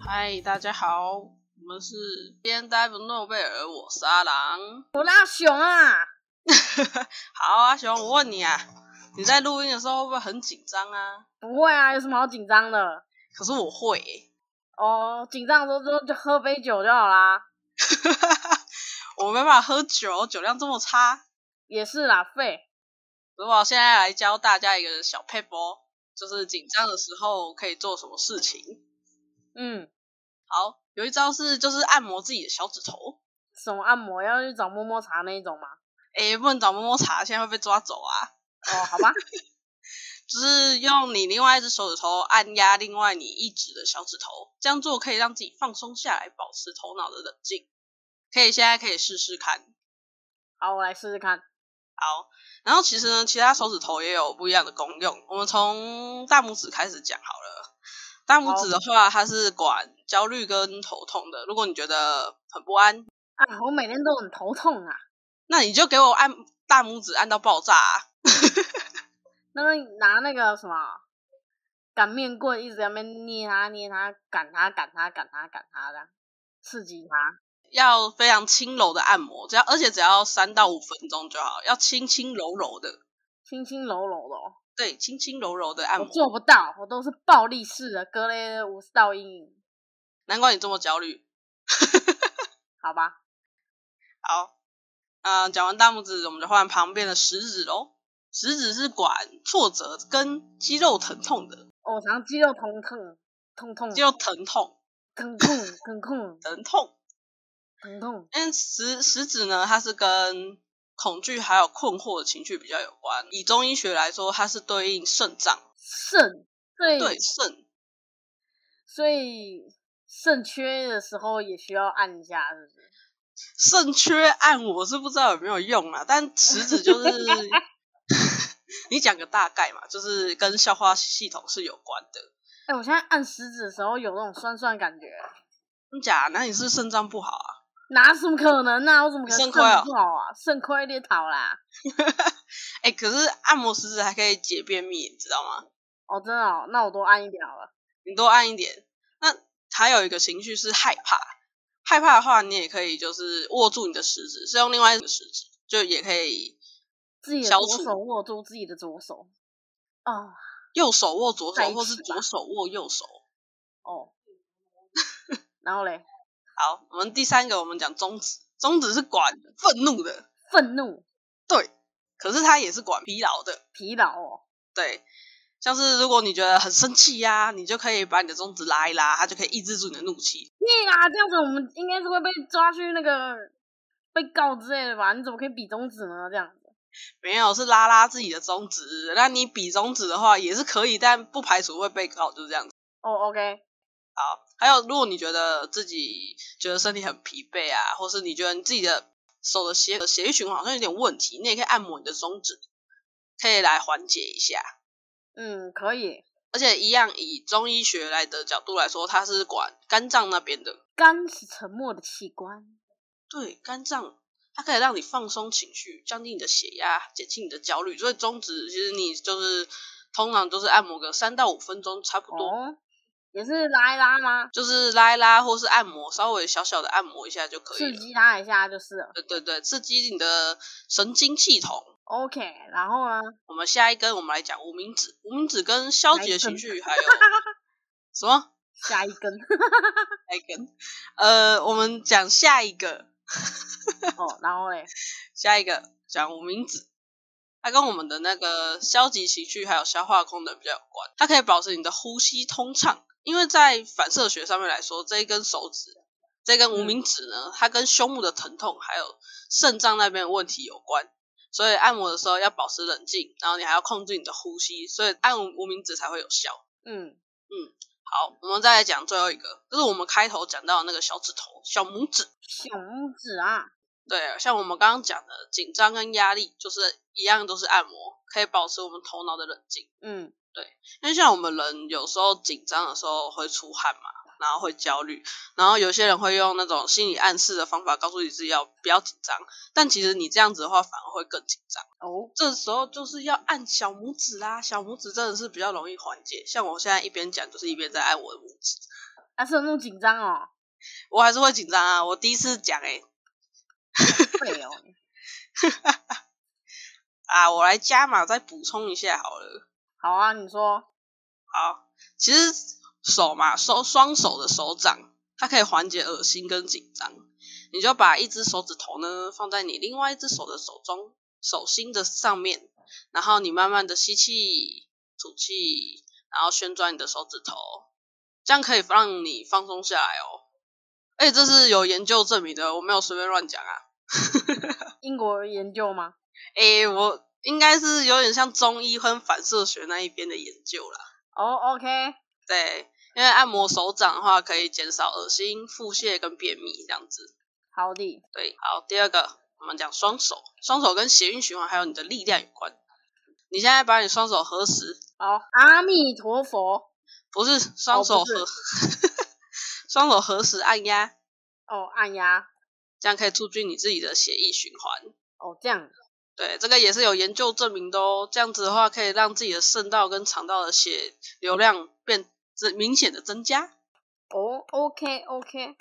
嗨，大家好，我们是边呆不诺贝尔，我是阿郎。 我拉熊啊！好啊，熊，我问你啊，你在录音的时候会不会很紧张啊？不会啊，有什么好紧张的？可是我会 欸、哦，紧张的时候就就喝杯酒就好啦。我没办法喝酒，酒量这么差。也是啦，废。如果现在来教大家一个小 p a p e 就是紧张的时候可以做什么事情。嗯，好，有一招是就是按摩自己的小指头，什么按摩要去找摸摸茶那一种吗？诶，不能找摸摸茶，现在会被抓走啊。哦，好吧。就是用你另外一只手指头按压另外你一指的小指头，这样做可以让自己放松下来，保持头脑的冷静。可以，现在可以试试看。好，我来试试看。好，然后其实呢，其他手指头也有不一样的功用。我们从大拇指开始讲好了。大拇指的话，它是管焦虑跟头痛的。如果你觉得很不安，啊，我每天都很头痛啊。那你就给我按大拇指按到爆炸、啊。 那个拿那个什么擀面棍一直在那边捏它、捏它、擀它、擀它、擀它、擀它的，刺激它。要非常轻柔的按摩，只要而且只要三到五分钟就好，要轻轻柔柔的，轻轻柔柔的、哦，对，轻轻柔柔的按我摩。做不到，我都是暴力式的，格雷的五十道阴影，难怪你这么焦虑。 好吧？好，嗯、讲完大拇指，我们就换旁边的食指喽。食指是管挫折跟肌肉疼痛的，哦我常肌肉疼痛，痛痛，肌肉疼痛疼痛，疼痛，疼痛。疼痛。但食食指呢，它是跟恐惧还有困惑的情绪比较有关。以中医学来说，它是对应肾脏，肾，对，对肾，所以肾缺的时候也需要按一下，是不是？肾缺按我是不知道有没有用啊，但食指就是 你讲个大概嘛，就是跟消化系统是有关的。哎、我现在按食指的时候有那种酸酸的感觉，真假？那你是肾脏不好啊？哪什么可能啊？我怎么可肾能肾亏哦不好啊？肾亏裂逃啦！哎、可是按摩食指还可以解便秘，你知道吗？哦，真的哦，那我多按一点好了。你多按一点。那还有一个情绪是害怕，害怕的话，你也可以就是握住你的食指，是用另外一个食指，就也可以自己的消左除手握住自己的左手，哦右手握左在手，一或是起吧左手握右手。 哦，然后嘞，好，我们第三个我们讲中指，中指是管愤怒的，愤怒、对，可是它也是管疲劳的，疲劳哦，对。像是如果你觉得很生气呀、你就可以把你的中指拉一拉，它就可以抑制住你的怒气。对啊，这样子我们应该是会被抓去那个被告之类的吧？你怎么可以比中指呢？这样子没有，是拉拉自己的中指。那你比中指的话也是可以，但不排除会被告，就是这样子。哦，OK，好，还有如果你觉得自己觉得身体很疲惫啊，或是你觉得你自己的手的血血液循环好像有点问题，你也可以按摩你的中指，可以来缓解一下。嗯，可以。而且一样以中医学来的角度来说，它是管肝脏那边的，肝是沉默的器官，对肝脏。它可以让你放松情绪，降低你的血压，减轻你的焦虑。所以中指其实你就是通常都是按摩个三到五分钟差不多。哦，也是拉一拉吗？就是拉一拉或是按摩，稍微小小的按摩一下就可以啊刺了。激它一下就是了。对对对，刺激你的神经系统。 OK，然后呢？我们下一根我们来讲无名指，无名指跟消极的情绪还有什么？下一根下一根？呃，我们讲下一个，哦，然后嘞，下一个讲无名指。它跟我们的那个消极情绪还有消化功能比较有关，它可以保持你的呼吸通畅。因为在反射学上面来说，这一根手指，这根无名指呢，它跟胸部的疼痛还有肾脏那边的问题有关，所以按摩的时候要保持冷静，然后你还要控制你的呼吸，所以按无无名指才会有效。嗯，好，我们再来讲最后一个，就是我们开头讲到的那个小指头，小拇指。小拇指啊，对，像我们刚刚讲的，紧张跟压力就是一样，都是按摩，可以保持我们头脑的冷静。嗯，因为像我们人有时候紧张的时候会出汗嘛，然后会焦虑，然后有些人会用那种心理暗示的方法告诉你自己要不要紧张，但其实你这样子的话反而会更紧张。哦，这时候就是要按小拇指啦，小拇指真的是比较容易缓解。像我现在一边讲就是一边在按我的拇指，啊，是有那么紧张哦，我还是会紧张啊。我第一次讲哎、会哦。啊，我来加码再补充一下好了。好啊，你说好，其实手嘛，手双手的手掌，它可以缓解恶心跟紧张。你就把一只手指头呢放在你另外一只手的手中，手心的上面，然后你慢慢的吸气、吐气，然后旋转你的手指头，这样可以让你放松下来哦。而且这是有研究证明的，我没有随便乱讲啊。 英国研究吗？诶、我应该是有点像中医跟反射学那一边的研究啦。哦、o k 对，因为按摩手掌的话，可以减少恶心、腹泻跟便秘这样子。好的，对，好，第二个我们讲双手，双手跟血运循环还有你的力量有关。你现在把你双手合十，好，阿弥陀佛。不是双手哦不是合， 双手合十按压，哦，按压，这样可以促进你自己的血液循环。哦，这样，对，这个也是有研究证明的哦。这样子的话，可以让自己的肾道跟肠道的血流量变增明显的增加。哦，OK OK。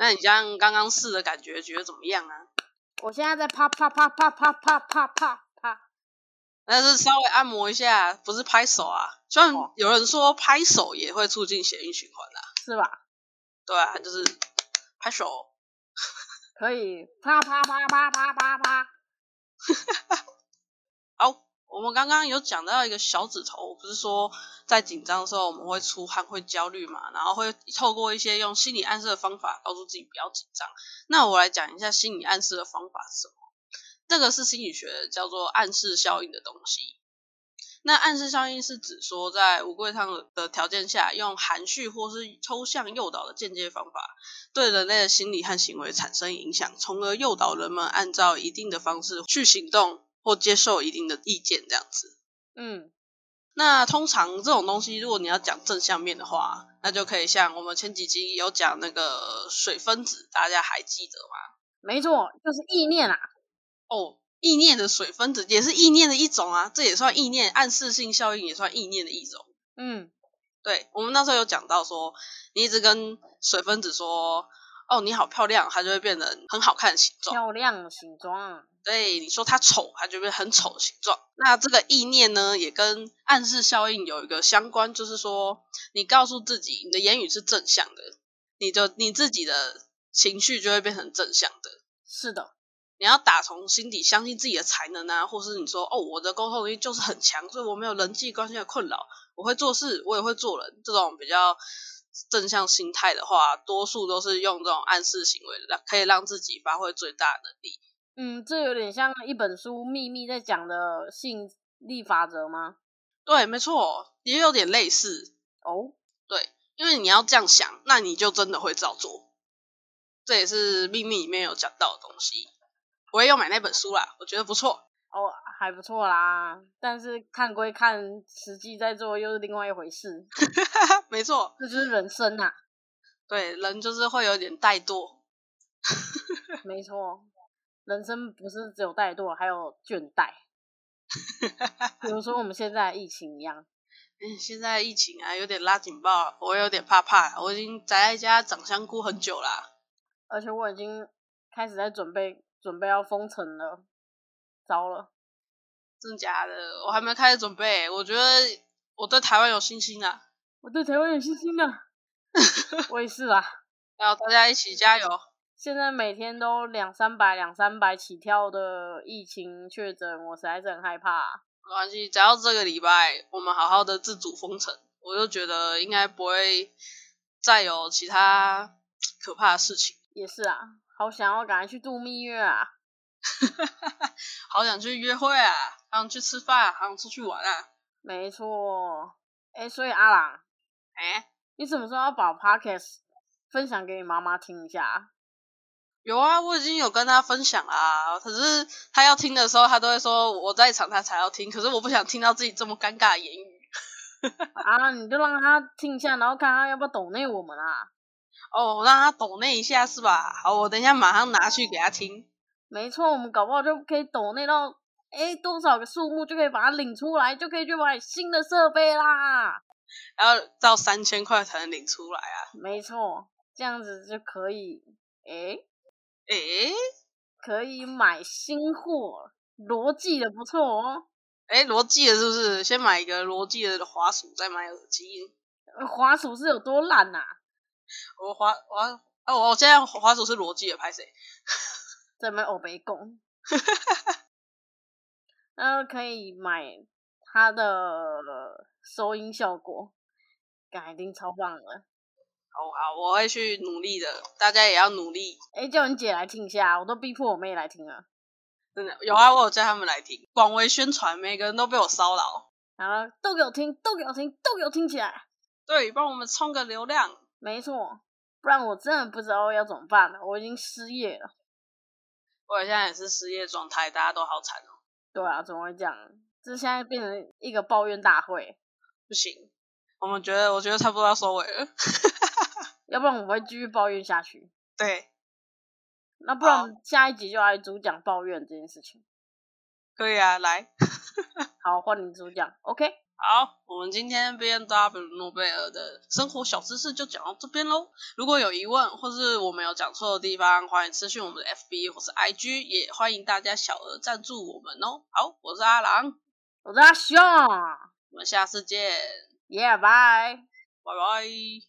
那你这样刚刚试的感觉，觉得怎么样啊？我现在在啪啪啪啪啪啪啪啪啪，但是稍微按摩一下，不是拍手啊。虽然哦有人说拍手也会促进血液循环啦、是吧？对啊，就是拍手。可以，啪啪啪啪啪啪啪。好，我们刚刚有讲到一个小指头，不是说在紧张的时候我们会出汗、会焦虑嘛，然后会透过一些用心理暗示的方法告诉自己不要紧张。那我来讲一下心理暗示的方法是什么。这个是心理学叫做暗示效应的东西。那暗示效应是指说，在无规汤的条件下，用含蓄或是抽象诱导的间接方法，对人类的心理和行为产生影响，从而诱导人们按照一定的方式去行动或接受一定的意见，这样子。嗯，那通常这种东西，如果你要讲正向面的话，那就可以像我们前几集有讲那个水分子，大家还记得吗？没错，就是意念啊。哦，意念的水分子也是意念的一种啊，这也算意念，暗示性效应也算意念的一种。嗯，对我们那时候有讲到说，你一直跟水分子说，哦，你好漂亮，它就会变成很好看的形状。漂亮的形状。对，你说它丑，它就变很丑的形状。那这个意念呢，也跟暗示效应有一个相关，就是说，你告诉自己你的言语是正向的，你的你自己的情绪就会变成正向的。是的，你要打从心底相信自己的才能啊，或是你说哦，我的沟通能力就是很强，所以我没有人际关系的困扰，我会做事，我也会做人，这种比较正向心态的话，多数都是用这种暗示行为，让可以让自己发挥最大的能力。嗯，这有点像一本书秘密在讲的吸引力法则吗？对，没错，也有点类似，哦，对，因为你要这样想，那你就真的会照做。这也是秘密里面有讲到的东西。我也有买那本书啦，我觉得不错。哦，还不错啦，但是看归看，实际在做又是另外一回事，没错，这就是人生啊，对，人就是会有点怠惰。没错，人生不是只有怠惰，还有倦怠，比如说我们现在的疫情一样，嗯，现在疫情啊，有点拉警报，我有点怕怕。我已经宅在家长香菇很久啦。而且我已经开始在准备准备要封城了，糟了，真的假的？我还没开始准备。我觉得我对台湾有信心啦。我对台湾有信心了，我也是啦。然后大家一起加油。现在每天都两三百、两三百起跳的疫情确诊，我实在是很害怕、没关系，只要这个礼拜我们好好的自主封城，我就觉得应该不会再有其他可怕的事情。也是啊，好想要赶快去度蜜月啊！好想去约会啊，好想去吃饭、啊，好想出去玩啊！没错，哎、所以阿朗，哎、你什么时候要把 podcast 分享给你妈妈听一下啊？有啊，我已经有跟他分享啦。可是他要听的时候，他都会说我在场，他才要听。可是我不想听到自己这么尴尬的言语。啊，你就让她听一下，然后看她要不要抖内我们啊？哦，让他懂那一下是吧？好，我等一下马上拿去给他听。没错，我们搞不好就可以抖内到哎、诶多少个数目，就可以把它领出来，就可以去买新的设备啦。要到三千块才能领出来啊。没错，这样子就可以，诶、诶可以买新货，逻辑的不错哦。诶，罗技的是不是？先买一个罗技的滑鼠，再买耳机。呃滑鼠是有多烂啊呐、我滑滑啊，我我现在滑鼠是罗技的，拍谁？哦在买欧北贡，然后可以买它的收音效果，感一定超棒的。好好，我会去努力的，大家也要努力。哎、叫你姐来听一下，我都逼迫我妹来听了。真的有啊，我有叫他们来听，广为宣传，每个人都被我骚扰。然后都给我听，都给我听，都给我听起来。对，帮我们冲个流量。没错，不然我真的不知道要怎么办了。我已经失业了。我现在也是失业状态，大家都好惨哦，对啊，怎么会这样？这现在变成一个抱怨大会，不行。我们觉得，我觉得差不多要收尾了。 要不然我们会继续抱怨下去。对，那不然我们下一集就来主讲抱怨这件事情。可以啊，来，好，换你主讲，OK？好，我们今天 B N W 诺贝尔的生活小知识就讲到这边喽。如果有疑问或是我们有讲错的地方，欢迎私讯我们的 F B 或是 I G，也欢迎大家小额赞助我们哦。好，我是阿郎，我是阿雄我们下次见， ，Yeah，拜。拜拜。